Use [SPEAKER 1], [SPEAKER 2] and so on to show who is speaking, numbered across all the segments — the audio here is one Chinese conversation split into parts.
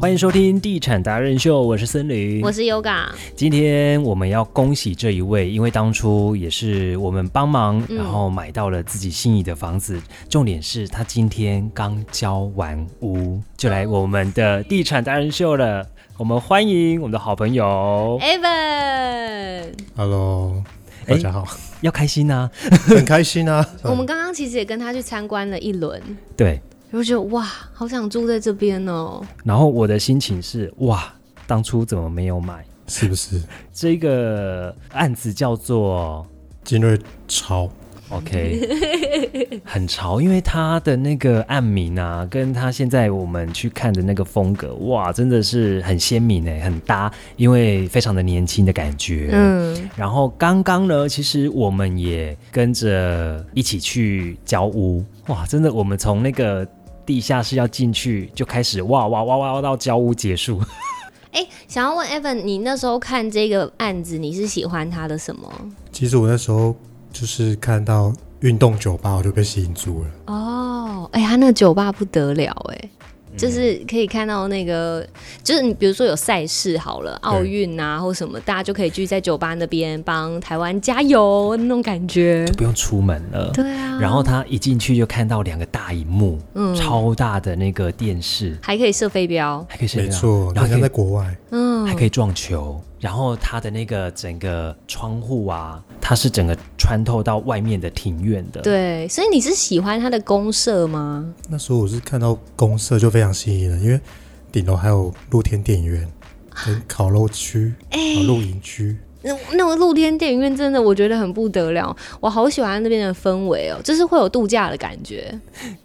[SPEAKER 1] 欢迎收听《地产达人秀》，我是森林，
[SPEAKER 2] 我是 Yoga，
[SPEAKER 1] 今天我们要恭喜这一位，因为当初也是我们帮忙，
[SPEAKER 2] 嗯
[SPEAKER 1] 然后买到了自己心仪的房子。重点是他今天刚交完屋，就来我们的地产达人秀了。我们欢迎我们的好朋友，
[SPEAKER 2] Evan。
[SPEAKER 1] 嗯
[SPEAKER 3] Hello，大
[SPEAKER 2] 哎
[SPEAKER 3] 家好，
[SPEAKER 1] 哎要开心啊呐、
[SPEAKER 3] 哎 很开心啊。
[SPEAKER 2] 我们刚刚其实也跟他去参观了一轮，
[SPEAKER 1] 对，
[SPEAKER 2] 我就觉得哇，好想住在这边哦。
[SPEAKER 1] 然后我的心情是哇，当初怎么没有买？
[SPEAKER 3] 是不是
[SPEAKER 1] 这个案子叫做
[SPEAKER 3] 金瑞超
[SPEAKER 1] OK，很潮，因为他的那个暗名啊，跟他现在我们去看的那个风格，哇，真的是很鲜明哎，很搭，因为非常的年轻的感觉。
[SPEAKER 2] 嗯，
[SPEAKER 1] 然后刚刚呢，其实我们也跟着一起去交屋，哇，真的，我们从那个地下室要进去就开始哇哇哇哇哇到交屋结 束。
[SPEAKER 2] 哎、想要问 Evan，你那时候看这个案子，你是喜欢他的什么？
[SPEAKER 3] 其实我那时候就是看到运动酒吧，我就被吸引住了。
[SPEAKER 2] 哦，哎、他那个酒吧不得了哎、
[SPEAKER 1] 嗯
[SPEAKER 2] 就是可以看到那个，就是你比如说有赛事好了，奥运啊或什么，大家就可以聚在酒吧那边帮台湾加油那种感觉
[SPEAKER 1] 就。不用出门了。
[SPEAKER 2] 对啊，
[SPEAKER 1] 然后他一进去就看到两个大荧幕，
[SPEAKER 2] 嗯
[SPEAKER 1] 超大的那个电视，
[SPEAKER 2] 还可以射飞镖，
[SPEAKER 1] 还可以睡
[SPEAKER 3] 没
[SPEAKER 1] 觉
[SPEAKER 3] 错，
[SPEAKER 1] 然
[SPEAKER 3] 好
[SPEAKER 1] 后
[SPEAKER 3] 像
[SPEAKER 1] 可
[SPEAKER 3] 在
[SPEAKER 1] 以
[SPEAKER 3] 国外，
[SPEAKER 2] 嗯，
[SPEAKER 1] 还可以撞球，然后它的那个整个窗户啊，它是整个穿透到外面的庭院的。，
[SPEAKER 2] 对，所以你是喜欢它的公社吗？
[SPEAKER 3] 那时候我是看到公社就非常吸引人，因为顶楼还有露天电影院、跟烤肉区、还有露营区。
[SPEAKER 2] 那那个露天电影院真的，我觉得很不得了，我好喜欢那边的氛围哦，就是会有度假的感觉，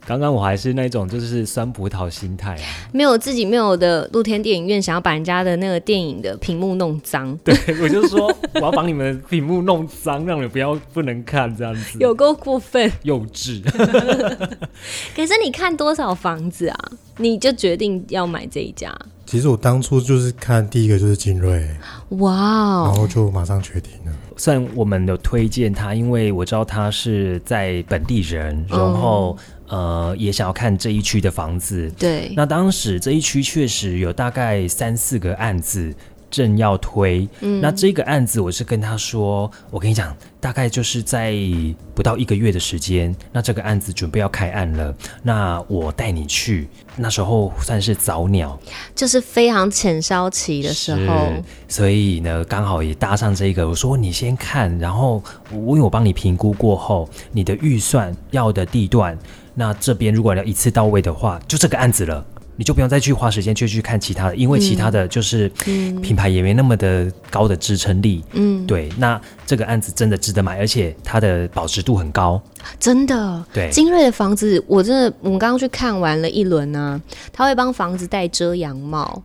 [SPEAKER 1] 刚刚我还是那种就是酸葡萄心态啊，
[SPEAKER 2] 没有自己没有的露天电影院想要把人家的那个电影的屏幕弄脏，
[SPEAKER 1] 对我就说我要把你们的屏幕弄脏，让你们不要不能看这样子，
[SPEAKER 2] 有够过分。
[SPEAKER 1] 幼稚。
[SPEAKER 2] 可是你看多少房子啊，你就决定要买这一家，
[SPEAKER 3] 其实我当初就是看第一个就是金瑞，
[SPEAKER 2] 哇
[SPEAKER 3] 然
[SPEAKER 2] 哦，
[SPEAKER 3] 后就马上决定了。
[SPEAKER 1] 虽然我们有推荐他，因为我知道他是在本地人，然
[SPEAKER 2] 嗯
[SPEAKER 1] 后、呃也想要看这一区的房子，
[SPEAKER 2] 对，
[SPEAKER 1] 那当时这一区确实有大概三四个案子正要推，
[SPEAKER 2] 嗯
[SPEAKER 1] 那这个案子我是跟他说，我跟你讲，大概就是在不到一个月的时间，那这个案子准备要开案了，那我带你去，那时候算是早鸟
[SPEAKER 2] 就是非常浅烧期的时候
[SPEAKER 1] 是，所以呢刚好也搭上这个，我说你先看，然后我因为我帮你评估过后，你的预算要的地段，那这边如果要一次到位的话，就这个案子了。你就不用再去花时间去去看其他的，因为其他的就是
[SPEAKER 2] 嗯
[SPEAKER 1] 品牌也没那么的高的支撑力。
[SPEAKER 2] 嗯，
[SPEAKER 1] 对，那这个案子真的值得买，而且它的保值度很高。
[SPEAKER 2] 真的，
[SPEAKER 1] 对
[SPEAKER 2] 精锐的房子，我真的，我们刚刚去看完了一轮呢、啊，他会帮房子戴遮阳帽，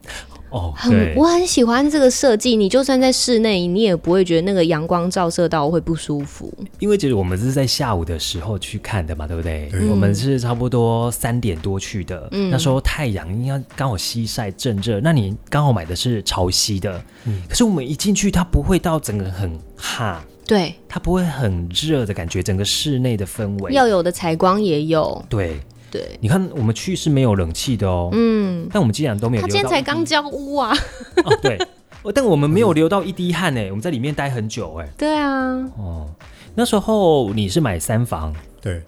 [SPEAKER 1] 哦，
[SPEAKER 2] 很
[SPEAKER 1] 对，
[SPEAKER 2] 我很喜欢这个设计。你就算在室内，你也不会觉得那个阳光照射到会不舒服。
[SPEAKER 1] 因为其实我们是在下午的时候去看的嘛，对不对？
[SPEAKER 3] 对
[SPEAKER 1] 我们是差不多三点多去的，
[SPEAKER 2] 嗯
[SPEAKER 1] 那时候太阳应该刚好西晒正热。那你刚好买的是潮汐的，
[SPEAKER 2] 嗯
[SPEAKER 1] 可是我们一进去，它不会到整个很哈，
[SPEAKER 2] 对，
[SPEAKER 1] 它不会很热的感觉，整个室内的氛围。
[SPEAKER 2] 要有的采光也有，
[SPEAKER 1] 对，
[SPEAKER 2] 对，
[SPEAKER 1] 你看我们去是没有冷气的哦，
[SPEAKER 2] 嗯，
[SPEAKER 1] 但我们竟然都没有
[SPEAKER 2] 他
[SPEAKER 1] 流
[SPEAKER 2] 今
[SPEAKER 1] 到一滴。
[SPEAKER 2] 天才刚交屋啊，
[SPEAKER 1] 哦，对，哦但我们没有流到一滴汗哎，我们在里面待很久 哎。
[SPEAKER 2] 对啊，
[SPEAKER 1] 哦，那时候你是买三房，
[SPEAKER 3] 对，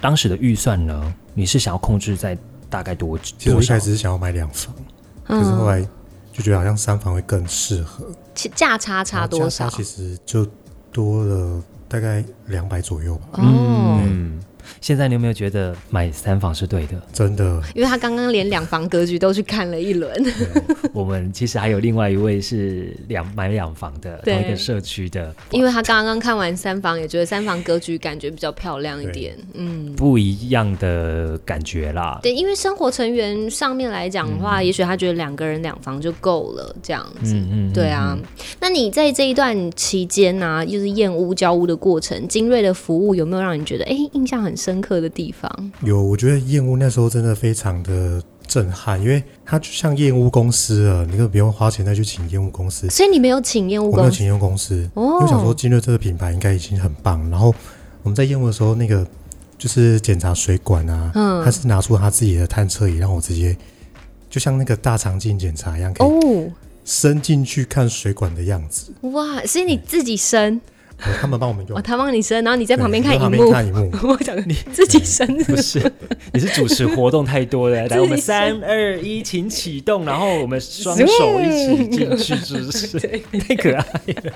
[SPEAKER 1] 当时的预算呢？你是想要控制在大概多
[SPEAKER 3] 其实我
[SPEAKER 1] 多
[SPEAKER 3] 一
[SPEAKER 1] 少
[SPEAKER 3] 开？始是想要买两房，可是后
[SPEAKER 2] 嗯，
[SPEAKER 3] 来就觉得好像三房会更适合。
[SPEAKER 2] 其价差
[SPEAKER 3] 然
[SPEAKER 2] 差
[SPEAKER 3] 后
[SPEAKER 2] 多
[SPEAKER 3] 加
[SPEAKER 2] 少
[SPEAKER 3] 差？其实就多了大概两百左右吧，
[SPEAKER 2] 哦。
[SPEAKER 1] 嗯，现在你有没有觉得买三房是 对的？
[SPEAKER 3] 真的。
[SPEAKER 2] 因为他刚刚连两房格局都去看了一轮，
[SPEAKER 1] 我们其实还有另外一位是两买两房的，
[SPEAKER 2] 对
[SPEAKER 1] 同一个社区的，
[SPEAKER 2] 因为他刚刚看完三房，也觉得三房格局感觉比较漂亮一
[SPEAKER 3] 对
[SPEAKER 2] 点。嗯，
[SPEAKER 1] 不一样的感觉啦。
[SPEAKER 2] 对，因为生活成员上面来讲的话，也许他觉得两个人两房就够了，这样子。
[SPEAKER 1] 嗯
[SPEAKER 2] 对啊，那你在这一段期间呢、就是验屋交屋的过程，精锐的服务有没有让你觉得哎、诶印象很深刻的地方？
[SPEAKER 3] 有，我觉得燕屋那时候真的非常的震撼，因为它就像燕屋公司了，你根本不用花钱再去请燕屋公司。
[SPEAKER 2] 所以你没有请验屋
[SPEAKER 3] 我没有
[SPEAKER 2] 公司
[SPEAKER 3] 请燕屋公司，因为我想说
[SPEAKER 2] 哦，
[SPEAKER 3] 金乐这个品牌应该已经很棒。然后我们在燕屋的时候，那个就是检查水管啊，
[SPEAKER 2] 嗯
[SPEAKER 3] 他是拿出他自己的探测仪让我直接。就像那个大肠镜检查一样，可以
[SPEAKER 2] 哦，
[SPEAKER 3] 伸进去看水管的样子。
[SPEAKER 2] 哇！所以你自己生，
[SPEAKER 3] 呃他们帮我们用
[SPEAKER 2] 哦，，他帮你生，然后你在旁边
[SPEAKER 3] 对
[SPEAKER 2] 看
[SPEAKER 3] 旁
[SPEAKER 2] 荧
[SPEAKER 3] 边
[SPEAKER 2] 幕。
[SPEAKER 3] 看荧幕，
[SPEAKER 2] 我想你自己生是
[SPEAKER 1] 不
[SPEAKER 2] 不是
[SPEAKER 1] 是，你是主持活动太多 了。来，
[SPEAKER 2] 己
[SPEAKER 1] 我们三二一，请启动，然后我们双手一 起进去，是不是？太可爱了。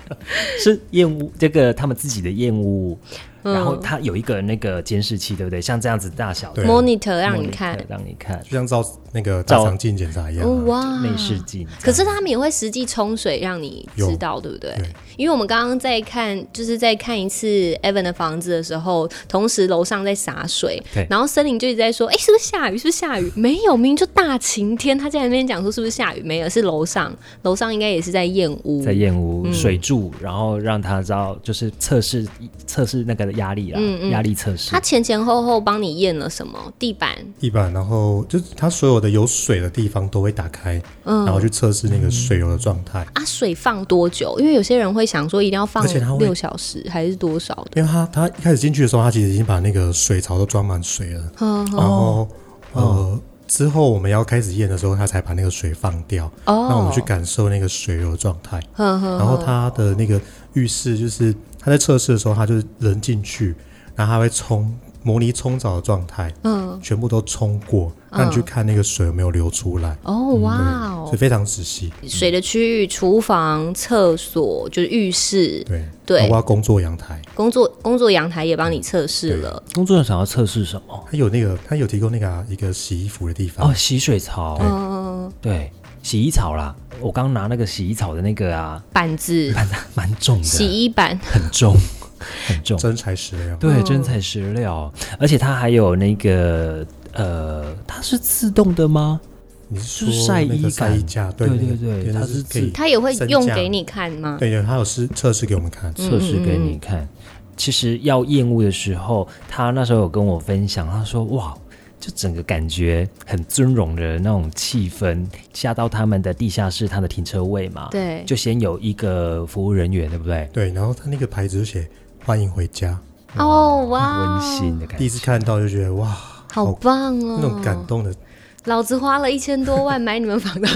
[SPEAKER 1] 是燕屋，这个他们自己的燕屋，
[SPEAKER 2] 嗯
[SPEAKER 1] 然后它有一个那个监视器，对不对？像这样子大小的
[SPEAKER 3] 对
[SPEAKER 2] monitor 让你看啊
[SPEAKER 1] monitor，，让你看
[SPEAKER 3] 就像照那个大
[SPEAKER 1] 照
[SPEAKER 3] 肠镜检查一样
[SPEAKER 2] 哦
[SPEAKER 3] 啊、
[SPEAKER 2] 哇！
[SPEAKER 1] 内视镜。
[SPEAKER 2] 可是他们也会实际冲水让你知道，对不对？
[SPEAKER 3] 对
[SPEAKER 2] 因为我们刚刚在看，就是在看一次 Evan 的房子的时候，同时楼上在洒水
[SPEAKER 1] 对，
[SPEAKER 2] 然后森林就一直在说：“哎、是不是下雨？是不是下雨？”没有，明明就大晴天。他在那边讲说是不是下雨？没有，是楼上，楼上应该也是在燕屋。
[SPEAKER 1] 在燕屋水柱，然后让他知道，就是测试测试那个压力啦，
[SPEAKER 2] 嗯
[SPEAKER 1] 压力测试
[SPEAKER 2] 他。前前后后帮你验了什么？地板，
[SPEAKER 3] 一般，然后就是它所有的有水的地方都会打开，
[SPEAKER 2] 嗯
[SPEAKER 3] 然后去测试那个水流的状态。
[SPEAKER 2] 啊，水放多久？因为有些人会想说一定要放
[SPEAKER 3] 而且它会
[SPEAKER 2] 六小时还是多少的？
[SPEAKER 3] 因为它它一开始进去的时候，它其实已经把那个水槽都装满水了，
[SPEAKER 2] 嗯
[SPEAKER 3] 然后呃之后我们要开始验的时候，它才把那个水放掉，
[SPEAKER 2] 哦
[SPEAKER 3] 让我们去感受那个水流的状态。
[SPEAKER 2] 呵呵，
[SPEAKER 3] 然后它的那个浴室就是它在测试的时候，它就是人进去，然后它会冲模拟冲澡的状态，
[SPEAKER 2] 嗯，
[SPEAKER 3] 全部都冲过，让你去看那个水有没有流出来，
[SPEAKER 2] 哦，哇哦
[SPEAKER 3] 所以，非常仔细。
[SPEAKER 2] 水的区域，厨房、厕所就是浴室，
[SPEAKER 3] 对，
[SPEAKER 2] 对
[SPEAKER 3] 包括工作阳台，
[SPEAKER 2] 工作工作阳台也帮你测试了。
[SPEAKER 1] 工作人想要测试什么？
[SPEAKER 3] 它有那个它有提供那个啊、一个洗衣服的地方
[SPEAKER 1] 哦，，洗水槽。
[SPEAKER 2] 嗯，
[SPEAKER 1] 对，洗衣草啦，我刚拿那个洗衣草的那个 啊，
[SPEAKER 2] 板子、
[SPEAKER 1] 蛮蛮重的，
[SPEAKER 2] 洗衣板，
[SPEAKER 1] 很 重，很重。
[SPEAKER 3] 真材实料。
[SPEAKER 1] 对，真材实料，而且它还有那个呃，它是自动的吗？
[SPEAKER 3] 你是
[SPEAKER 1] 就是
[SPEAKER 3] 说
[SPEAKER 1] 晒
[SPEAKER 3] 那
[SPEAKER 1] 衣
[SPEAKER 3] 个
[SPEAKER 1] 杆
[SPEAKER 3] 晒衣架？对
[SPEAKER 1] 对
[SPEAKER 3] 那个
[SPEAKER 1] 对对它
[SPEAKER 3] 它
[SPEAKER 1] 是
[SPEAKER 3] 可
[SPEAKER 1] 自
[SPEAKER 3] 以，
[SPEAKER 2] 它也会
[SPEAKER 3] 升
[SPEAKER 2] 用
[SPEAKER 3] 降
[SPEAKER 2] 给你看吗？
[SPEAKER 3] 对对，它有试测试给我们看。
[SPEAKER 2] 嗯
[SPEAKER 1] 测试给你看。其实要厌恶的时候，他那时候有跟我分享，他说：“哇，就整个感觉很尊荣的那种气氛，下到他们的地下室，他的停车位嘛，，
[SPEAKER 2] 对，
[SPEAKER 1] 就先有一个服务人员，对不对？
[SPEAKER 3] 对，然后它那个牌子就写“欢迎回家
[SPEAKER 2] 哦哇，
[SPEAKER 1] 温馨，的”，感
[SPEAKER 3] 第一
[SPEAKER 1] 觉。
[SPEAKER 3] 次看到就觉得哇，
[SPEAKER 2] 好棒哦，
[SPEAKER 3] 那种感动的，
[SPEAKER 2] 老子花了一千多万买你 们房子，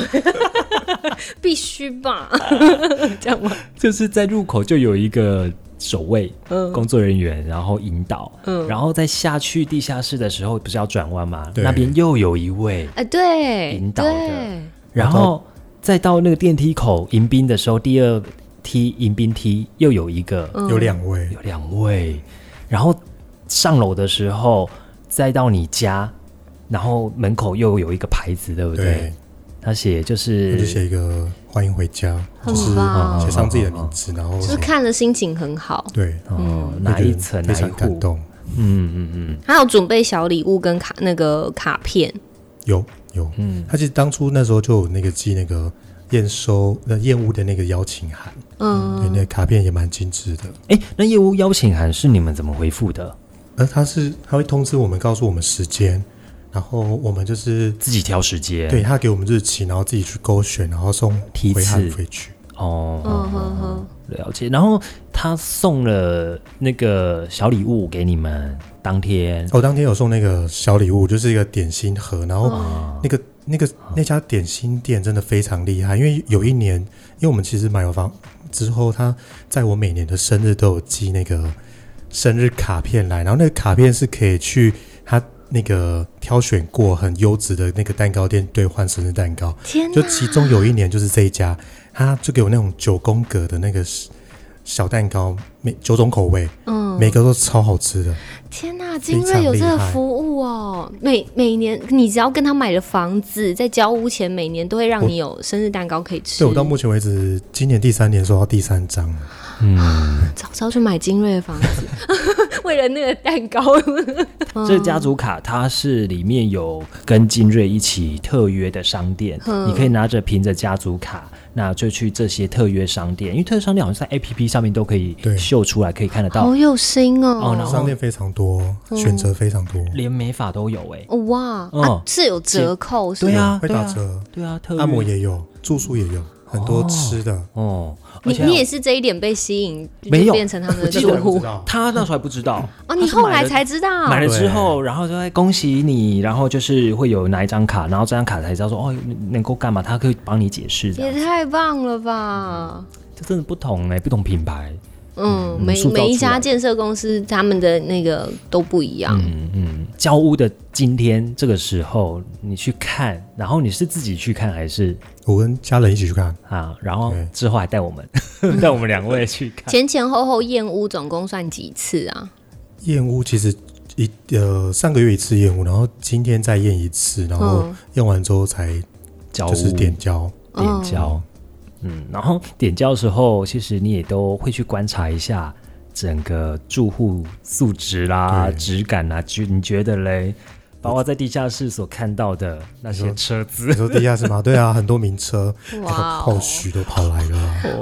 [SPEAKER 2] 必须吧？这样吗？
[SPEAKER 1] 就是在入口就有一个守卫
[SPEAKER 2] 嗯
[SPEAKER 1] 工作人员，然后引导，
[SPEAKER 2] 嗯
[SPEAKER 1] 然后在下去地下室的时候，不是要转弯吗？
[SPEAKER 3] 对
[SPEAKER 1] 那边又有一位，
[SPEAKER 2] 哎，对，
[SPEAKER 1] 引导的
[SPEAKER 2] 对，
[SPEAKER 1] 然后再到那个电梯口迎宾的时候，第二梯迎宾梯又有一个，
[SPEAKER 2] 嗯
[SPEAKER 3] 有两位
[SPEAKER 1] 有两位，然后上楼的时候，再到你家，然后门口又有一个牌子，对不对
[SPEAKER 3] 对？，
[SPEAKER 1] 他写就
[SPEAKER 3] 我就是写一个“欢迎回家”，
[SPEAKER 2] 很
[SPEAKER 3] 就是
[SPEAKER 2] 棒
[SPEAKER 3] 写上自己的名字，然后
[SPEAKER 2] 就是
[SPEAKER 3] 写
[SPEAKER 2] 看了心情很好。
[SPEAKER 3] 对，嗯
[SPEAKER 1] 哦哪
[SPEAKER 3] 会觉
[SPEAKER 1] 一
[SPEAKER 3] 得
[SPEAKER 1] 层
[SPEAKER 3] 非
[SPEAKER 1] 哪一
[SPEAKER 3] 常感
[SPEAKER 1] 户，
[SPEAKER 3] 动，
[SPEAKER 1] 嗯嗯嗯，
[SPEAKER 2] 还有准备小礼物跟卡那个卡片，
[SPEAKER 3] 有有，嗯，他其实当初那时候就有那个寄那个验收那验屋的那个邀请函，
[SPEAKER 2] 嗯，
[SPEAKER 3] 对，那个卡片也蛮精致的。
[SPEAKER 1] 哎，那业务邀请函是你们怎么回复的？
[SPEAKER 3] 而他是他会通知我们，告诉我们时间，然后我们就是
[SPEAKER 1] 自己挑时间，
[SPEAKER 3] 对他给我们日期，然后自己去勾选，然后送
[SPEAKER 1] 批次
[SPEAKER 3] 回函回去。
[SPEAKER 1] 哦，
[SPEAKER 2] 嗯哼哼，
[SPEAKER 1] 了解。然后他送了那个小礼物给你们，当天
[SPEAKER 3] 我、哦当天有送那个小礼物，就是一个点心盒，然后那个、那个那家点心店真的非常厉害，因为有一年，因为我们其实买了房之后，他在我每年的生日都有寄那个生日卡片来，然后那个卡片是可以去他那个挑选过很优质的那个蛋糕店兑换生日蛋糕，
[SPEAKER 2] 天哪
[SPEAKER 3] 就！其中有一年就是这一家，他就给我那种九宫格的那个小小蛋糕，每九种口味，
[SPEAKER 2] 嗯，
[SPEAKER 3] 每个都超好吃的。
[SPEAKER 2] 天呐，
[SPEAKER 3] 非常
[SPEAKER 2] 精锐有这个服务哦！每每年你只要跟他买了房子，在交屋前每年都会让你有生日蛋糕可以吃。
[SPEAKER 3] 对我到目前为止，今年第三年收到第三张了，
[SPEAKER 2] 早知道就买精锐的房子， 为了那个蛋 糕。嗯
[SPEAKER 1] 这家族卡它是里面有跟金瑞一起特约的商店，你可以拿着凭着家族卡，那就去这些特约商店，因为特约商店好像在 APP 上面都可以
[SPEAKER 3] 对
[SPEAKER 1] 秀出来，可以看得到
[SPEAKER 2] 好，有心
[SPEAKER 1] 哦然
[SPEAKER 2] 哦！
[SPEAKER 1] 后嗯
[SPEAKER 3] 商店非常多，选择非常多，
[SPEAKER 1] 连美发都有哎、
[SPEAKER 2] 哦哇、
[SPEAKER 1] 嗯
[SPEAKER 2] 啊，是有折扣是
[SPEAKER 1] 对
[SPEAKER 2] 吗？
[SPEAKER 1] 啊，
[SPEAKER 3] 会
[SPEAKER 1] 对
[SPEAKER 3] 打
[SPEAKER 1] 啊
[SPEAKER 3] 折
[SPEAKER 1] 对啊，特约
[SPEAKER 3] 按摩也有，住宿也有，很多吃的。
[SPEAKER 1] 哦，而
[SPEAKER 2] 你
[SPEAKER 1] 且
[SPEAKER 2] 你也是这一点被吸引，就
[SPEAKER 1] 没有
[SPEAKER 2] 变成他们的
[SPEAKER 1] 我记
[SPEAKER 2] 住
[SPEAKER 1] 得
[SPEAKER 3] 我不
[SPEAKER 2] 户
[SPEAKER 3] 知道
[SPEAKER 1] 他那时候还不知道
[SPEAKER 2] 哦，你
[SPEAKER 1] 他是
[SPEAKER 2] 后
[SPEAKER 1] 买
[SPEAKER 2] 来
[SPEAKER 1] 了
[SPEAKER 2] 才知道
[SPEAKER 1] 买了之后，然后就会恭喜你，然后就是会有哪一张卡，然后这张卡才知道说哦能够干嘛，他可以帮你解释的，
[SPEAKER 2] 也太棒了吧！
[SPEAKER 1] 这真的不同哎、不同品牌，
[SPEAKER 2] 嗯，
[SPEAKER 1] 嗯
[SPEAKER 2] 每
[SPEAKER 1] 塑造
[SPEAKER 2] 每一
[SPEAKER 1] 出来
[SPEAKER 2] 家
[SPEAKER 1] 的
[SPEAKER 2] 建设公司他们的那个都不一样。
[SPEAKER 1] 嗯嗯，交屋的今天这个时候你去看，然后你是自己去看还是
[SPEAKER 3] 我跟家人一起去看，
[SPEAKER 1] 啊？然后
[SPEAKER 3] 对
[SPEAKER 1] 之后还带我 们带我们两位去看，
[SPEAKER 2] 前前后后验屋总共算几次啊？
[SPEAKER 3] 验屋其实一呃上个月一次验屋，然后今天再验一次，然后
[SPEAKER 2] 嗯
[SPEAKER 3] 验完之后才
[SPEAKER 1] 交屋
[SPEAKER 3] 就是点 交。
[SPEAKER 1] 点交，嗯，然后点交的时候，其实你也都会去观察一下整个住户素质啦、
[SPEAKER 3] 对
[SPEAKER 1] 质感啦，觉你觉得嘞？包括在地下室所看到的那些车
[SPEAKER 3] 你
[SPEAKER 1] 子，
[SPEAKER 3] 说地下室吗？对啊，很多名车
[SPEAKER 2] 哇
[SPEAKER 3] 泡
[SPEAKER 2] 哦！
[SPEAKER 3] 许都跑来了 啊，对啊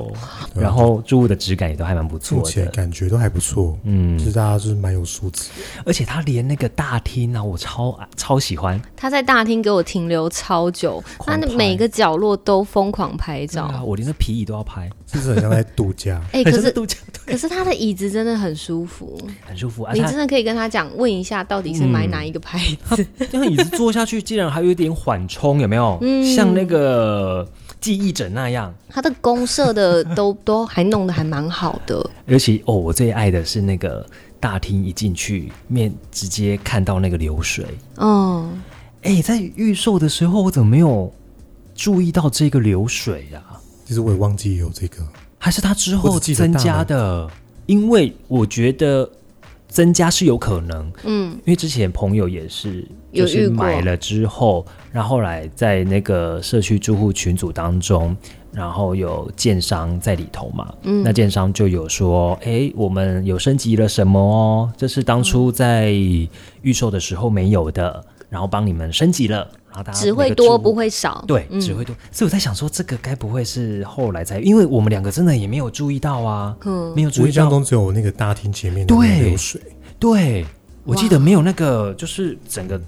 [SPEAKER 1] 然后住户的质感也都还蛮不错
[SPEAKER 3] 目前
[SPEAKER 1] 的，
[SPEAKER 3] 感觉都还不错，
[SPEAKER 1] 嗯
[SPEAKER 3] 就是大家就是蛮有素质。
[SPEAKER 1] 而且他连那个大厅啊，我超超喜欢，
[SPEAKER 2] 他在大厅给我停留超久，他
[SPEAKER 1] 狂拍
[SPEAKER 2] 的每个角落都疯狂拍
[SPEAKER 1] 对啊，
[SPEAKER 2] 照。
[SPEAKER 1] 我连那皮椅都要拍，
[SPEAKER 3] 是不是很像在度假？
[SPEAKER 2] 哦哎、
[SPEAKER 1] 很
[SPEAKER 2] 可
[SPEAKER 1] 像
[SPEAKER 2] 是
[SPEAKER 1] 度假，对，
[SPEAKER 2] 可是他的椅子真的很舒服，
[SPEAKER 1] 很舒服，而
[SPEAKER 2] 你
[SPEAKER 1] 且
[SPEAKER 2] 真的可以跟他讲，问一下到底是买哪一个牌子。
[SPEAKER 1] 那个椅子坐下去，竟然还有一点缓冲，有没有？
[SPEAKER 2] 嗯
[SPEAKER 1] 像那个记忆枕那样。
[SPEAKER 2] 他的公社的都
[SPEAKER 1] 嗯
[SPEAKER 2] 都还弄得还蛮好的，
[SPEAKER 1] 尤其哦，我最爱的是那个大厅一进去面直接看到那个流水。
[SPEAKER 2] 嗯，
[SPEAKER 1] 哎，在预售的时候，我怎么没有注意到这个流水啊？
[SPEAKER 3] 其实我也忘记有这个，
[SPEAKER 1] 还是它之
[SPEAKER 3] 我
[SPEAKER 1] 后
[SPEAKER 3] 只记得
[SPEAKER 1] 增
[SPEAKER 3] 大门
[SPEAKER 1] 加的？因为我觉得增加是有可能，
[SPEAKER 2] 嗯，
[SPEAKER 1] 因为之前朋友也是，
[SPEAKER 2] 有
[SPEAKER 1] 就
[SPEAKER 2] 遇
[SPEAKER 1] 是
[SPEAKER 2] 过
[SPEAKER 1] 买了之后，然后后来在那个社区住户群组当中，然后有建商在里头嘛，
[SPEAKER 2] 嗯
[SPEAKER 1] 那建商就有说，哎，我们有升级了什么哦，这是当初在预售的时候没有的，然后帮你们升级了，然后大家
[SPEAKER 2] 只
[SPEAKER 1] 每
[SPEAKER 2] 会
[SPEAKER 1] 个
[SPEAKER 2] 多
[SPEAKER 1] 住户
[SPEAKER 2] 不。会少。
[SPEAKER 1] 对，
[SPEAKER 2] 嗯
[SPEAKER 1] 只会多，所以我在想说，这个该不会是后来才？因为我们两个真的也没有注意到啊，
[SPEAKER 2] 嗯
[SPEAKER 1] 没有
[SPEAKER 3] 我
[SPEAKER 1] 注
[SPEAKER 3] 印
[SPEAKER 1] 意
[SPEAKER 3] 象
[SPEAKER 1] 到。
[SPEAKER 3] 中只有那个大厅前面的那个
[SPEAKER 1] 对
[SPEAKER 3] 流水，
[SPEAKER 1] 对，我记得没有那个，就是整个，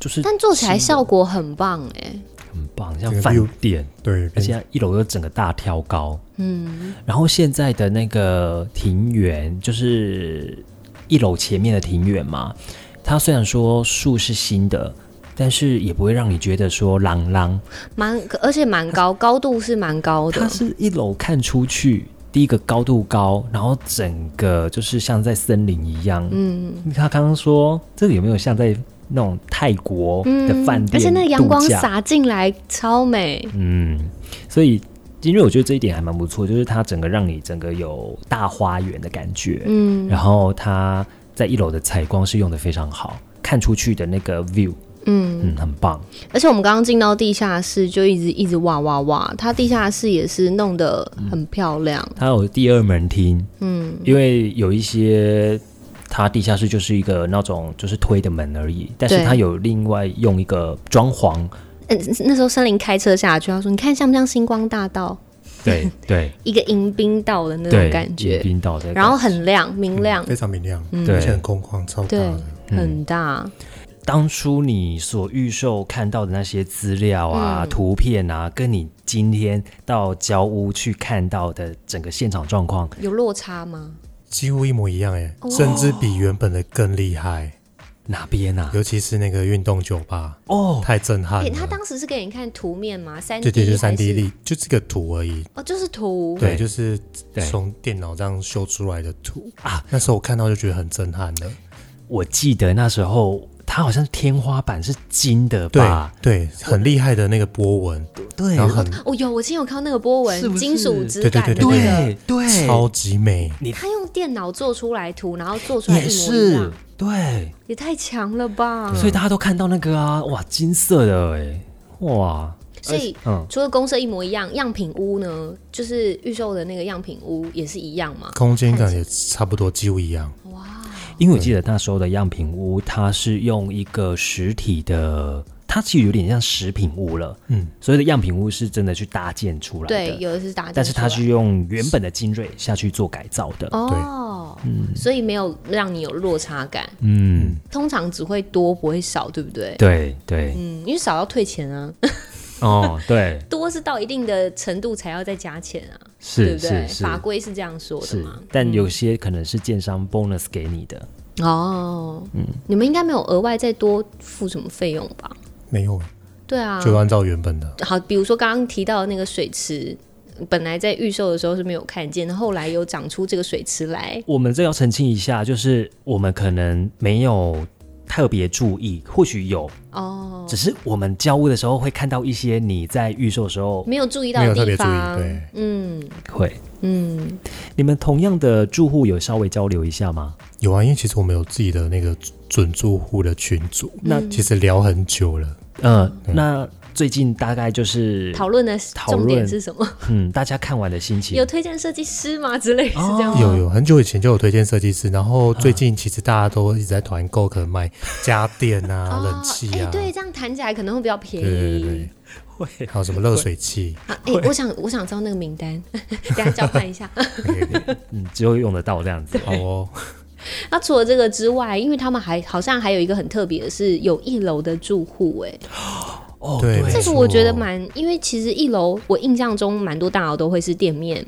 [SPEAKER 1] 就是
[SPEAKER 2] 但做起来效果很棒哎、
[SPEAKER 1] 很棒，像
[SPEAKER 3] 这个
[SPEAKER 1] 饭
[SPEAKER 3] view 嗯
[SPEAKER 1] 店，
[SPEAKER 3] 对，
[SPEAKER 1] 而且它一楼又整个大挑高。
[SPEAKER 2] 嗯，
[SPEAKER 1] 然后现在的那个庭园，就是一楼前面的庭园嘛，它虽然说树是新的，但是也不会让你觉得说朗朗。
[SPEAKER 2] 蛮而且蛮高，高度是蛮高
[SPEAKER 1] 它
[SPEAKER 2] 的。
[SPEAKER 1] 是一楼看出去，第一个高度高，然后整个就是像在森林一样。
[SPEAKER 2] 嗯，
[SPEAKER 1] 他刚刚说这个有没有像在那种泰国的饭店、
[SPEAKER 2] 嗯而且那个阳光
[SPEAKER 1] 度假
[SPEAKER 2] 洒进来超美，
[SPEAKER 1] 嗯，所以因为我觉得这一点还蛮不错，就是它整个让你整个有大花园的感觉，
[SPEAKER 2] 嗯
[SPEAKER 1] 然后它在一楼的采光是用的非常好，看出去的那个 view，
[SPEAKER 2] 嗯，
[SPEAKER 1] 嗯，很棒，
[SPEAKER 2] 而且我们刚刚进到地下室就一直一直哇哇哇，它地下室也是弄得很漂亮，
[SPEAKER 1] 它有第二门厅，
[SPEAKER 2] 嗯
[SPEAKER 1] 因为有一些。它地下室就是一个那种就是推的门而已，但是
[SPEAKER 2] 对
[SPEAKER 1] 它有另外用一个装潢，
[SPEAKER 2] 嗯，那时候森林开车下去，他说你看像不像星光大道
[SPEAKER 1] 对对
[SPEAKER 2] 一个迎宾道的那种
[SPEAKER 1] 对，
[SPEAKER 2] 感觉，
[SPEAKER 1] 冰岛的，
[SPEAKER 2] 然后很亮明亮，
[SPEAKER 3] 嗯非常明亮，
[SPEAKER 1] 对
[SPEAKER 3] 而且很空旷，超大
[SPEAKER 2] 对
[SPEAKER 3] 的。，
[SPEAKER 1] 嗯
[SPEAKER 2] 很大，
[SPEAKER 1] 当初你所预售看到的那些资料啊、
[SPEAKER 2] 嗯
[SPEAKER 1] 图片啊，跟你今天到交屋去看到的整个现场状况，
[SPEAKER 2] 有落差吗？
[SPEAKER 3] 几乎一模一样哎，甚至比原本的更厉害，
[SPEAKER 1] 哪边啊？
[SPEAKER 3] 尤其是那个运动酒吧，
[SPEAKER 1] 哦，
[SPEAKER 3] 太震撼
[SPEAKER 2] 哎、他
[SPEAKER 3] 了。
[SPEAKER 2] 当时是给你看图面吗？三 D
[SPEAKER 3] 对对，就是三 D
[SPEAKER 2] 还是
[SPEAKER 3] 力，就是个图而已。
[SPEAKER 2] 哦，就是图，
[SPEAKER 1] 对
[SPEAKER 3] 对，就是
[SPEAKER 1] 对
[SPEAKER 3] 从电脑这样修出来的图
[SPEAKER 1] 啊
[SPEAKER 3] 啊。那时候我看到就觉得很震撼的，
[SPEAKER 1] 我记得那时候它好像天花板是金的
[SPEAKER 3] 对
[SPEAKER 1] 吧？
[SPEAKER 3] 对，很厉害的那个波纹，
[SPEAKER 1] 对
[SPEAKER 3] 然后很
[SPEAKER 2] 哦，有，我之前有看到那个波纹，
[SPEAKER 1] 是不是
[SPEAKER 2] 金属质感的
[SPEAKER 3] 对
[SPEAKER 2] 那个，
[SPEAKER 1] 对对，
[SPEAKER 3] 超级美。
[SPEAKER 2] 他用电脑做出来图，然后做出来一
[SPEAKER 1] 也
[SPEAKER 2] 模一
[SPEAKER 1] 是
[SPEAKER 2] 样，
[SPEAKER 1] 对，
[SPEAKER 2] 也太强了吧！
[SPEAKER 1] 所以大家都看到那个啊，哇，金色的哎、哇，
[SPEAKER 2] 所以
[SPEAKER 1] 嗯，
[SPEAKER 2] 除了公社一模一样，样品屋呢，就是预售的那个样品屋也是一样嘛。
[SPEAKER 3] 空间感也差不多，几乎一样。
[SPEAKER 2] 哇，
[SPEAKER 1] 因为我记得那时候的样品屋，它是用一个实体的，它其实有点像食品屋了。
[SPEAKER 3] 嗯，
[SPEAKER 1] 所谓的样品屋是真的去搭建出来
[SPEAKER 2] 对，
[SPEAKER 1] 的，
[SPEAKER 2] 有的是打进去了，
[SPEAKER 1] 但是它是用原本的精锐下去做改造的。
[SPEAKER 2] 哦，所以没有让你有落差感，
[SPEAKER 1] 嗯，
[SPEAKER 2] 通常只会多不会少，对不对？
[SPEAKER 1] 对对，
[SPEAKER 2] 嗯嗯，因为少要退钱啊。
[SPEAKER 1] 哦，对，
[SPEAKER 2] 多是到一定的程度才要再加钱啊，对
[SPEAKER 1] 是
[SPEAKER 2] 不对
[SPEAKER 1] 是？是
[SPEAKER 2] 法规是这样说的
[SPEAKER 1] 是
[SPEAKER 2] 嘛，？
[SPEAKER 1] 但有些可能是建商 bonus 给你的，
[SPEAKER 2] 哦，
[SPEAKER 1] 嗯
[SPEAKER 2] 你们应该没有额外再多付什么费用吧？
[SPEAKER 3] 没有，
[SPEAKER 2] 对啊，
[SPEAKER 3] 就按照原本的。
[SPEAKER 2] 好，比如说刚刚提到的那个水池，本来在预售的时候是没有看见的，后来有长出这个水池来。
[SPEAKER 1] 我们这要澄清一下，就是我们可能没有特别注意，或许有，
[SPEAKER 2] 哦，
[SPEAKER 1] 只是我们交屋的时候会看到一些你在预售的时候
[SPEAKER 2] 没有注意到
[SPEAKER 3] 没有
[SPEAKER 2] 的
[SPEAKER 3] 特别
[SPEAKER 2] 地
[SPEAKER 3] 注意
[SPEAKER 2] 方。
[SPEAKER 3] 对
[SPEAKER 2] 嗯
[SPEAKER 1] 会。
[SPEAKER 2] 嗯，
[SPEAKER 1] 你们同样的住户有稍微交流一下吗？
[SPEAKER 3] 有啊，因为其实我们有自己的那个准住户的群组，
[SPEAKER 2] 嗯
[SPEAKER 3] 那其实聊很久了。
[SPEAKER 1] 嗯，那最近大概就是
[SPEAKER 2] 讨论的
[SPEAKER 1] 讨论
[SPEAKER 2] 重点是什么？
[SPEAKER 1] 嗯，大家看完的心情
[SPEAKER 2] 有推荐设计师吗？之类是这样吗？
[SPEAKER 3] 有有，很久以前就有推荐设计师，然后最近其实大家都一直在团购，可能卖家电啊、
[SPEAKER 2] 哦
[SPEAKER 3] 冷气
[SPEAKER 2] 哎
[SPEAKER 3] 啊，
[SPEAKER 2] 对，这样谈起来可能会比较便宜。
[SPEAKER 3] 对对对
[SPEAKER 1] 会
[SPEAKER 3] 对，还有什么热水器，
[SPEAKER 2] 啊，哎、我想我想知道那个名单， 等一下交换一下。
[SPEAKER 1] 嗯，只有用得到这样子。
[SPEAKER 3] 好哦，
[SPEAKER 2] 那啊除了这个之外，因为他们还好像还有一个很特别的是，有一楼的住户、哎，
[SPEAKER 1] 哦
[SPEAKER 3] 对没
[SPEAKER 2] 这
[SPEAKER 3] 错
[SPEAKER 2] 个我觉得蛮，因为其实一楼我印象中蛮多大楼都会是店面，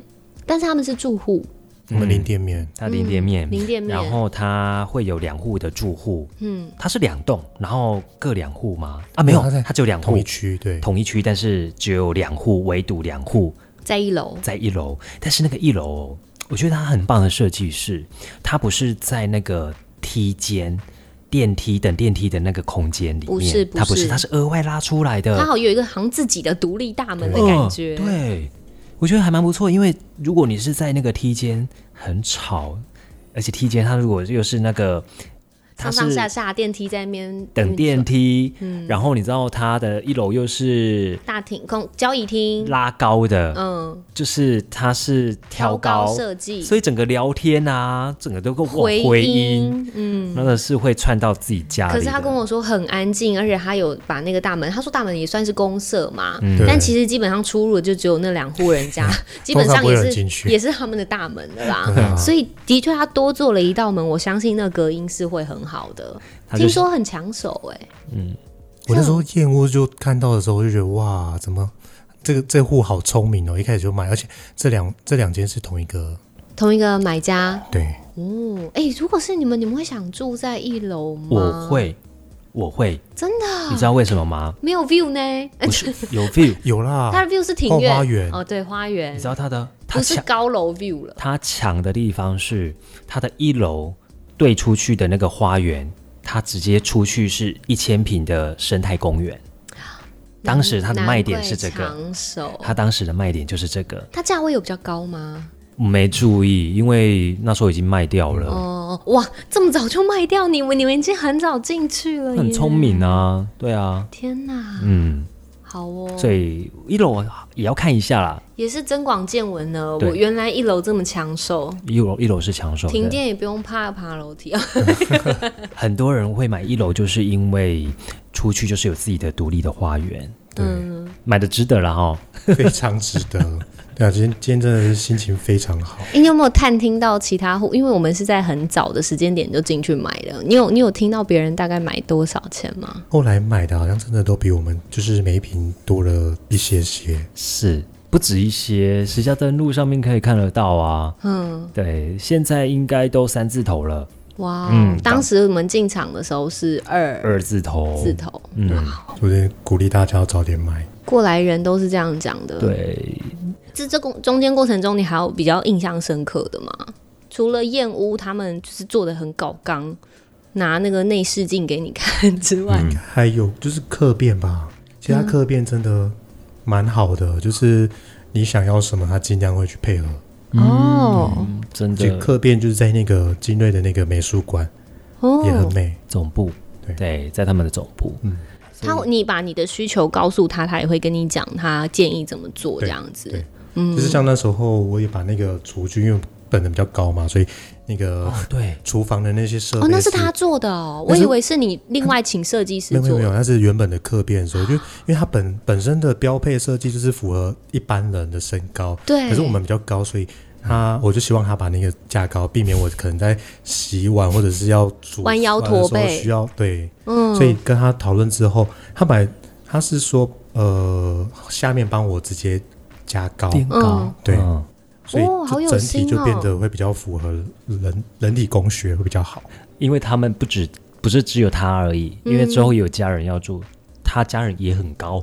[SPEAKER 2] 但是他们是住户，
[SPEAKER 3] 我们零店面，
[SPEAKER 1] 它零店面，
[SPEAKER 2] 嗯零店面
[SPEAKER 1] 然后它会有两户的住户，
[SPEAKER 2] 嗯，
[SPEAKER 1] 它是两栋，然后各两户吗？啊，没有
[SPEAKER 3] 它在，
[SPEAKER 1] 它只有两户
[SPEAKER 3] 同一，区，对，
[SPEAKER 1] 同一区，但是只有两户，唯独两户
[SPEAKER 2] 在一楼，
[SPEAKER 1] 在一楼，但是那个一楼哦，我觉得它很棒的设计是，它不是在那个梯间。电梯等电梯的那个空间里面，
[SPEAKER 2] 不是不
[SPEAKER 1] 它不是，
[SPEAKER 2] 是
[SPEAKER 1] 它是额外拉出来的。
[SPEAKER 2] 它好像有一个好像自己的独立大门的感觉，
[SPEAKER 1] 嗯对，我觉得还蛮不错，因为如果你是在那个梯间很吵，而且梯间它如果又是那个它
[SPEAKER 2] 上
[SPEAKER 1] 是
[SPEAKER 2] 上下下电梯在那边
[SPEAKER 1] 等
[SPEAKER 2] 运
[SPEAKER 1] 电
[SPEAKER 2] 作嗯
[SPEAKER 1] 梯，然后你知道它的一楼又是
[SPEAKER 2] 大厅空交易厅，
[SPEAKER 1] 拉高的，
[SPEAKER 2] 嗯，
[SPEAKER 1] 就是它是挑
[SPEAKER 2] 高
[SPEAKER 1] 高。
[SPEAKER 2] 设计，
[SPEAKER 1] 所以整个聊天啊，整个都跟我
[SPEAKER 2] 回
[SPEAKER 1] 回音，
[SPEAKER 2] 音，嗯。
[SPEAKER 1] 真的是会串到自己家里的。
[SPEAKER 2] 可是他跟我说很安静，而且他有把那个大门，他说大门也算是公社嘛，
[SPEAKER 3] 对
[SPEAKER 2] 但其实基本上出入的就只有那两户人 家，基本
[SPEAKER 3] 通
[SPEAKER 2] 上
[SPEAKER 3] 常不会有
[SPEAKER 2] 也
[SPEAKER 3] 人进
[SPEAKER 2] 是
[SPEAKER 3] 去
[SPEAKER 2] 也是他们的大门的啦。
[SPEAKER 3] 啊
[SPEAKER 2] 所以的确，他多做了一道门，我相信那隔音是会很好的。
[SPEAKER 1] 他就
[SPEAKER 2] 听
[SPEAKER 1] 是
[SPEAKER 2] 说很抢手哎、
[SPEAKER 3] 我那时候燕窝就看到的时候，我就觉得哇，怎么这个这户好聪明哦，一开始就买，而且这两这两间是同一个，
[SPEAKER 2] 同一个买家
[SPEAKER 3] 对，
[SPEAKER 2] 哦，哎、如果是你们，你们会想住在一楼吗？
[SPEAKER 1] 我会，我会，
[SPEAKER 2] 真的
[SPEAKER 1] 你知道为什么 吗？
[SPEAKER 2] 没有 view 呢，
[SPEAKER 1] 不是有 view，
[SPEAKER 3] 有
[SPEAKER 2] 它
[SPEAKER 3] 啦，
[SPEAKER 2] 的 view 是庭
[SPEAKER 3] 后
[SPEAKER 2] 院
[SPEAKER 3] 花园
[SPEAKER 2] 哦，对，花园
[SPEAKER 1] 你知道它的它
[SPEAKER 2] 不是
[SPEAKER 1] 墙
[SPEAKER 2] 高楼 view 了，
[SPEAKER 1] 它强的地方是它的一楼对出去的那个花园，它直接出去是一千平的生态公园。当时它的卖点是这
[SPEAKER 2] 啊嗯难怪哦
[SPEAKER 1] 个，
[SPEAKER 2] 抢手。
[SPEAKER 1] 它当时的卖点就是这个，
[SPEAKER 2] 它价位有比较高吗？
[SPEAKER 1] 没注意，因为那时候已经卖掉了。
[SPEAKER 2] 哦，哇，这么早就卖掉你们，你们已经很早进去了，
[SPEAKER 1] 很聪。明啊，对啊，
[SPEAKER 2] 天哪，
[SPEAKER 1] 嗯，
[SPEAKER 2] 好哦，
[SPEAKER 1] 所以一楼也要看一下啦，
[SPEAKER 2] 也是增广见闻呢。
[SPEAKER 1] 对
[SPEAKER 2] 我原来一楼这么抢手，
[SPEAKER 1] 一楼一楼是抢手
[SPEAKER 2] 停
[SPEAKER 1] 的，
[SPEAKER 2] 电也不用怕爬楼梯啊。
[SPEAKER 1] 很多人会买一楼，就是因为出去就是有自己的独立的花园，
[SPEAKER 3] 对，
[SPEAKER 2] 嗯
[SPEAKER 1] 买的值得了哈。
[SPEAKER 3] 非常值得。 对啊，今天今天真的是心情非常好。
[SPEAKER 2] 你有没有探听到其他户？因为我们是在很早的时间点就进去买了。你有你有听到别人大概买多少钱吗？
[SPEAKER 3] 后来买的好像真的都比我们就是每一瓶多了一些些，
[SPEAKER 1] 是不止一些，实价登录上面可以看得到啊。
[SPEAKER 2] 嗯，
[SPEAKER 1] 对，现在应该都三字头了，
[SPEAKER 2] 哇，
[SPEAKER 1] 嗯
[SPEAKER 2] 当时我们进场的时候是二
[SPEAKER 1] 二字头。
[SPEAKER 2] 字头，
[SPEAKER 1] 嗯，
[SPEAKER 3] 我得鼓励大家要早点买。
[SPEAKER 2] 过来人都是这样讲的。
[SPEAKER 1] 对，
[SPEAKER 2] 这这过中间过程中，你还有比较印象深刻的吗？除了燕屋他们就是做的很搞刚，拿那个内视镜给你看之外，
[SPEAKER 3] 还有就是客变吧，其他客变真的蛮好的，就是你想要什么，他尽量会去配合。
[SPEAKER 2] 哦
[SPEAKER 1] 嗯真
[SPEAKER 3] 就
[SPEAKER 1] 的
[SPEAKER 3] 客变就是在那个金瑞的那个美术馆，嗯也很
[SPEAKER 2] 哦，
[SPEAKER 3] 美。
[SPEAKER 1] 总部
[SPEAKER 3] 对
[SPEAKER 1] 对，在他们的总部，
[SPEAKER 2] 他你把你的需求告诉他，他也会跟你讲他建议怎么做这
[SPEAKER 3] 对
[SPEAKER 2] 样子
[SPEAKER 3] 对。
[SPEAKER 2] 嗯
[SPEAKER 3] 就是像那时候我也把那个厨具，因为本人比较高嘛，所以那个
[SPEAKER 1] 哦，对，
[SPEAKER 3] 厨房的那些设备
[SPEAKER 2] 哦，那是他做的哦，我
[SPEAKER 3] 但是
[SPEAKER 2] 以为是你另外请设计
[SPEAKER 3] 没
[SPEAKER 2] 师
[SPEAKER 3] 有没有
[SPEAKER 2] 做
[SPEAKER 3] 没有，
[SPEAKER 2] 的。
[SPEAKER 3] 那是原本的客变的时候，就因为它本本身的标配设计就是符合一般人的身高，
[SPEAKER 2] 对
[SPEAKER 3] 可是我们比较高，所以他我就希望他把那个架高，避免我可能在洗碗或者是要煮
[SPEAKER 2] 弯腰
[SPEAKER 3] 饭的时
[SPEAKER 2] 驼
[SPEAKER 3] 候
[SPEAKER 2] 背
[SPEAKER 3] 需要对，
[SPEAKER 2] 嗯
[SPEAKER 3] 所以跟他讨论之后，他把。他是说呃下面帮我直接加高，
[SPEAKER 1] 垫高
[SPEAKER 2] 嗯，
[SPEAKER 3] 对
[SPEAKER 1] 嗯
[SPEAKER 3] 所以
[SPEAKER 2] 哦好
[SPEAKER 3] 就
[SPEAKER 2] 有
[SPEAKER 3] 整体
[SPEAKER 2] 心
[SPEAKER 3] 就变
[SPEAKER 2] 哦
[SPEAKER 3] 得会比较符合人人体工学会比较好。
[SPEAKER 1] 因为他们不止不是只有他而已，
[SPEAKER 2] 嗯
[SPEAKER 1] 因为之后有家人要住，他家人也很高，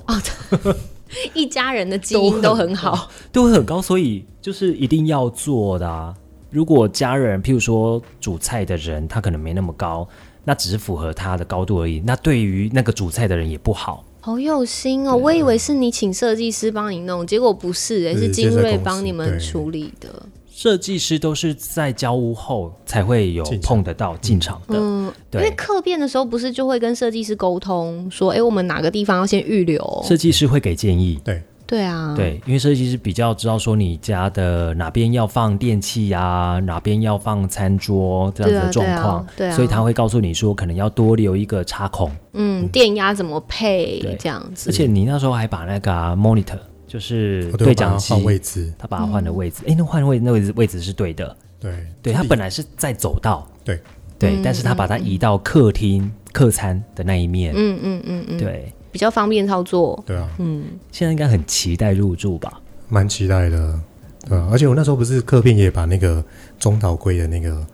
[SPEAKER 2] 一家人的基因都很好，
[SPEAKER 1] 都会很高，所以就是一定要做的啊。如果家人，譬如说煮菜的人，他可能没那么高，那只是符合他的高度而已。那对于那个煮菜的人也不好。
[SPEAKER 2] 好有心哦！我以为是你请设计师帮你弄，结果不是、欸，
[SPEAKER 3] 是
[SPEAKER 2] 是精
[SPEAKER 3] 建设
[SPEAKER 2] 锐
[SPEAKER 3] 公司
[SPEAKER 2] 帮你们
[SPEAKER 3] 对
[SPEAKER 2] 处理的。
[SPEAKER 1] 设计师都是在交屋后才会有
[SPEAKER 3] 进场
[SPEAKER 1] 碰得到进场的，
[SPEAKER 2] 嗯，因为
[SPEAKER 1] 对，
[SPEAKER 2] 客变的时候不是就会跟设计师沟通说，哎、我们哪个地方要先预留？
[SPEAKER 1] 设计师会给建议。
[SPEAKER 3] 对，
[SPEAKER 2] 对啊，，
[SPEAKER 1] 对，因为设计师比较知道说你家的哪边要放电器呀、哪边要放餐桌这样子的
[SPEAKER 2] 对啊对
[SPEAKER 1] 状
[SPEAKER 2] 啊
[SPEAKER 1] 况，
[SPEAKER 2] 对啊
[SPEAKER 1] 所以他会告诉你说可能要多留一个插孔，
[SPEAKER 2] 嗯，电压怎么配
[SPEAKER 1] 对
[SPEAKER 2] 这样子？
[SPEAKER 1] 而且你那时候还把那个啊、monitor 就是
[SPEAKER 3] 哦我都
[SPEAKER 1] 对
[SPEAKER 3] 有把它
[SPEAKER 1] 讲机，
[SPEAKER 3] 换位置，
[SPEAKER 1] 他把它
[SPEAKER 2] 嗯
[SPEAKER 1] 换了位置，哎、那换位那位置位置是对的，
[SPEAKER 3] 对，
[SPEAKER 1] 对他本来是在走道，
[SPEAKER 3] 对
[SPEAKER 1] 对，
[SPEAKER 2] 嗯
[SPEAKER 1] 但是他把它移到客厅客餐的那一面，
[SPEAKER 2] 嗯嗯嗯嗯，
[SPEAKER 1] 对，
[SPEAKER 2] 比较方便操作。
[SPEAKER 3] 对啊，
[SPEAKER 1] 现在应该很期待入住吧？
[SPEAKER 3] 蛮期待的，对啊，而且我那时候不是客片也把那个中岛龟的那个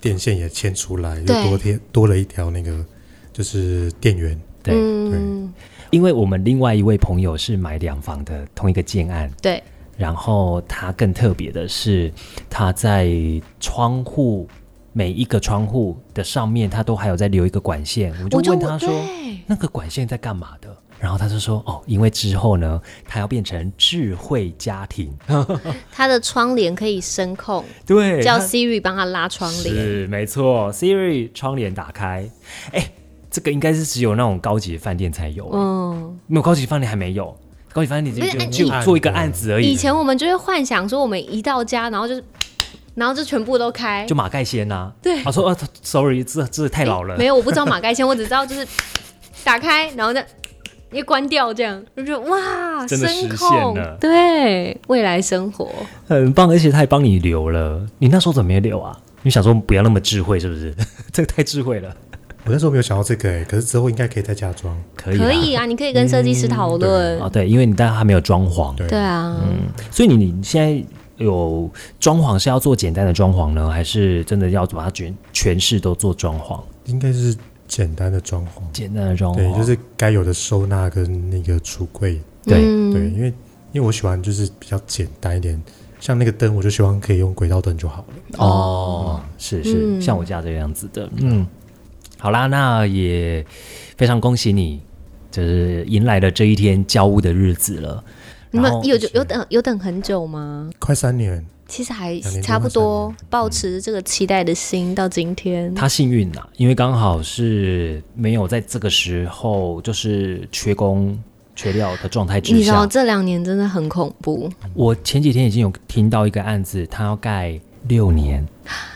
[SPEAKER 3] 电线也牵出来，又
[SPEAKER 2] 对
[SPEAKER 3] 多贴多了一条那个就是电源，
[SPEAKER 1] 对，
[SPEAKER 2] 嗯，
[SPEAKER 1] 因为我们另外一位朋友是买两房的同一个建案，
[SPEAKER 2] 对，
[SPEAKER 1] 然后它更特别的是，它在窗户每一个窗户的上面，它都还有在留一个管线。我
[SPEAKER 2] 我
[SPEAKER 1] 就问
[SPEAKER 2] 我
[SPEAKER 1] 他说
[SPEAKER 2] 对：“
[SPEAKER 1] 那个管线在干嘛的？”然后他就说：“哦，因为之后呢，它要变成智慧家庭，
[SPEAKER 2] 它的窗帘可以声控，
[SPEAKER 1] 对，
[SPEAKER 2] 叫
[SPEAKER 1] 它
[SPEAKER 2] Siri 帮它拉窗帘。
[SPEAKER 1] 是没错，Siri 窗帘打开，哎，这个应该是只有那种高级饭店才有，
[SPEAKER 2] 嗯，
[SPEAKER 1] 没有高级饭店还没有。”高级饭店
[SPEAKER 2] 不是
[SPEAKER 1] 就
[SPEAKER 2] 哎
[SPEAKER 1] 就
[SPEAKER 3] 以
[SPEAKER 1] 做一个案子而已，
[SPEAKER 2] 以前我们就会幻想说，我们一到家，然后就是，然后就全部都开
[SPEAKER 1] 就，马盖先呐、
[SPEAKER 2] 对
[SPEAKER 1] 他说啊，sorry，这这太老了，
[SPEAKER 2] 没有，我不知道马盖先，我只知 道就是打开，然后再一关掉，这样就觉得哇，
[SPEAKER 1] 真的
[SPEAKER 2] 声
[SPEAKER 1] 实
[SPEAKER 2] 控
[SPEAKER 1] 现了
[SPEAKER 2] 对未来生活，
[SPEAKER 1] 很棒，而且他还帮你留了。你那时候怎么没留啊？你想说不要那么智慧是不是？ 这个太智慧了，
[SPEAKER 3] 我那时候没有想到这个、欸，可是之后应该可以再加装，
[SPEAKER 1] 可以啦
[SPEAKER 2] 可以啊，你可以跟设计师讨论，
[SPEAKER 1] 啊，对，因为你当然还没有装潢，
[SPEAKER 3] 对
[SPEAKER 2] 对啊，
[SPEAKER 1] 所以你你现在有装潢是要做简单的装潢呢，还是真的要把它全全市都做装潢？
[SPEAKER 3] 应该是简单的装潢，
[SPEAKER 1] 简单的装潢，
[SPEAKER 3] 对，就是该有的收纳跟那个橱柜，
[SPEAKER 1] 对，
[SPEAKER 2] 嗯
[SPEAKER 3] 对，因为因为我喜欢就是比较简单一点，像那个灯，我就希望可以用轨道灯就好了。
[SPEAKER 1] 哦，是是，
[SPEAKER 2] 嗯
[SPEAKER 1] 像我家这个样子的，嗯，好啦，那也非常恭喜你，就是迎来了这一天交屋的日子了。
[SPEAKER 2] 你
[SPEAKER 1] 然
[SPEAKER 2] 们
[SPEAKER 1] 后
[SPEAKER 2] 有有等有等很久吗？
[SPEAKER 3] 快三年，
[SPEAKER 2] 其实还
[SPEAKER 3] 两年多
[SPEAKER 2] 差不
[SPEAKER 3] 快
[SPEAKER 2] 多
[SPEAKER 3] 三，
[SPEAKER 2] 保持这个期待的心到今天。
[SPEAKER 1] 他幸运啦，因为刚好是没有在这个时候就是缺工缺料的状态之
[SPEAKER 2] 你知道
[SPEAKER 1] 下。
[SPEAKER 2] 这两年真的很恐怖，
[SPEAKER 1] 我前几天已经有听到一个案子，他要盖六年，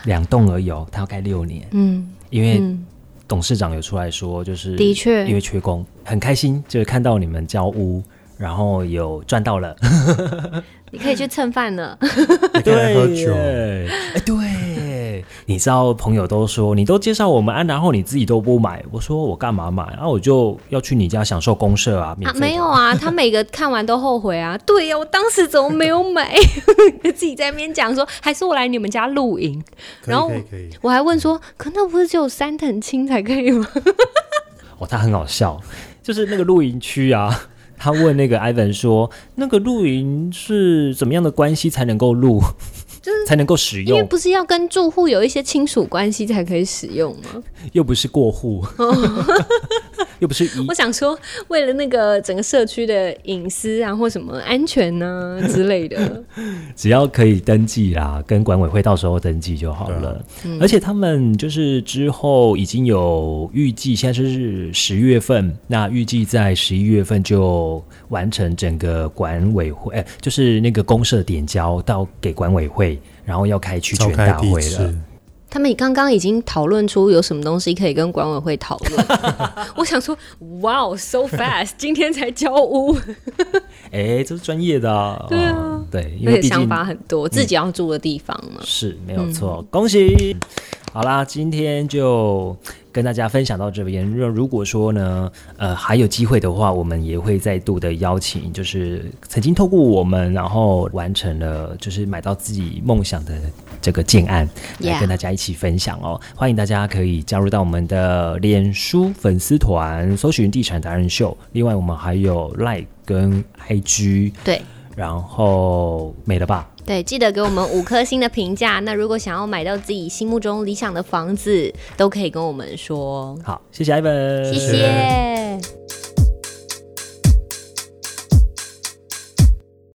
[SPEAKER 1] 两栋而已哦，他要盖六年，
[SPEAKER 2] 嗯
[SPEAKER 1] 因为
[SPEAKER 2] 嗯，
[SPEAKER 1] 董事长有出来说，就是
[SPEAKER 2] 的确
[SPEAKER 1] 因为缺工，很开心，就是看到你们交屋，然后有赚到了，
[SPEAKER 2] 你可以去蹭饭了。
[SPEAKER 3] 你可以来喝酒，
[SPEAKER 1] 耶哎，对，你知道朋友都说你都介绍我们啊，然后你自己都不买，我说我干嘛买？然、后我就要去你家享受公社啊，免
[SPEAKER 2] 啊，
[SPEAKER 1] 费的
[SPEAKER 2] 没有啊，他每个看完都后悔啊。对呀、我当时怎么没有买？ 自己在那边讲说，还是我来你们家露营。
[SPEAKER 3] 可以
[SPEAKER 2] 然后
[SPEAKER 3] 可以可以，
[SPEAKER 2] 我还问说，可那不是只有三等亲才可以吗？
[SPEAKER 1] 哦，他很好笑，就是那个露营区啊。他问那个 Ivan 说：“那个露营是怎么样的关系才能够露，
[SPEAKER 2] 就是
[SPEAKER 1] 才能够使
[SPEAKER 2] 因为
[SPEAKER 1] 用？
[SPEAKER 2] 不是要跟住户有一些亲属关系才可以使用吗？
[SPEAKER 1] 又不是过户，
[SPEAKER 2] 哦
[SPEAKER 1] 又不是一
[SPEAKER 2] 我想说，为了那个整个社区的隐私啊，或什么安全 呢、之类的，
[SPEAKER 1] 只要可以登记啦，跟管委会到时候登记就好了。
[SPEAKER 3] 啊
[SPEAKER 2] 嗯
[SPEAKER 1] 而且他们就是之后已经有预计，现在是十月份，那预计在十一月份就完成整个管委会，哎、就是那个公社点交到给管委会，然后要开区
[SPEAKER 3] 召
[SPEAKER 1] 全
[SPEAKER 3] 开
[SPEAKER 1] 大
[SPEAKER 3] 地
[SPEAKER 1] 会了
[SPEAKER 3] 址。。
[SPEAKER 2] 他们刚刚已经讨论出有什么东西可以跟管委会讨 论。我想说，哇、哦 s o fast，今天才交屋，
[SPEAKER 1] 哎、这是专业的、啊，对啊、对，因
[SPEAKER 2] 而
[SPEAKER 1] 为
[SPEAKER 2] 且
[SPEAKER 1] 毕
[SPEAKER 2] 想
[SPEAKER 1] 竟嗯
[SPEAKER 2] 法很多，自己要住的地方嘛。
[SPEAKER 1] 是没有错，恭喜。好啦，今天就跟大家分享到这边。如如果说呢，呃，还有机会的话，我们也会再度的邀请，就是曾经透过我们，然后完成了就是买到自己梦想的这个建案，来
[SPEAKER 2] Yeah
[SPEAKER 1] 跟大家一起分享哦。欢迎大家可以加入到我们的脸书粉丝团，搜寻“地产达人秀”。另外，我们还有 Like 跟 IG，
[SPEAKER 2] 对
[SPEAKER 1] 然后没了吧？
[SPEAKER 2] 对，记得给我们五颗星的评价。那如果想要买到自己心目中理想的房子，都可以跟我们说。
[SPEAKER 1] 好，谢谢 Ivan，
[SPEAKER 2] 谢
[SPEAKER 3] 谢
[SPEAKER 2] 谢。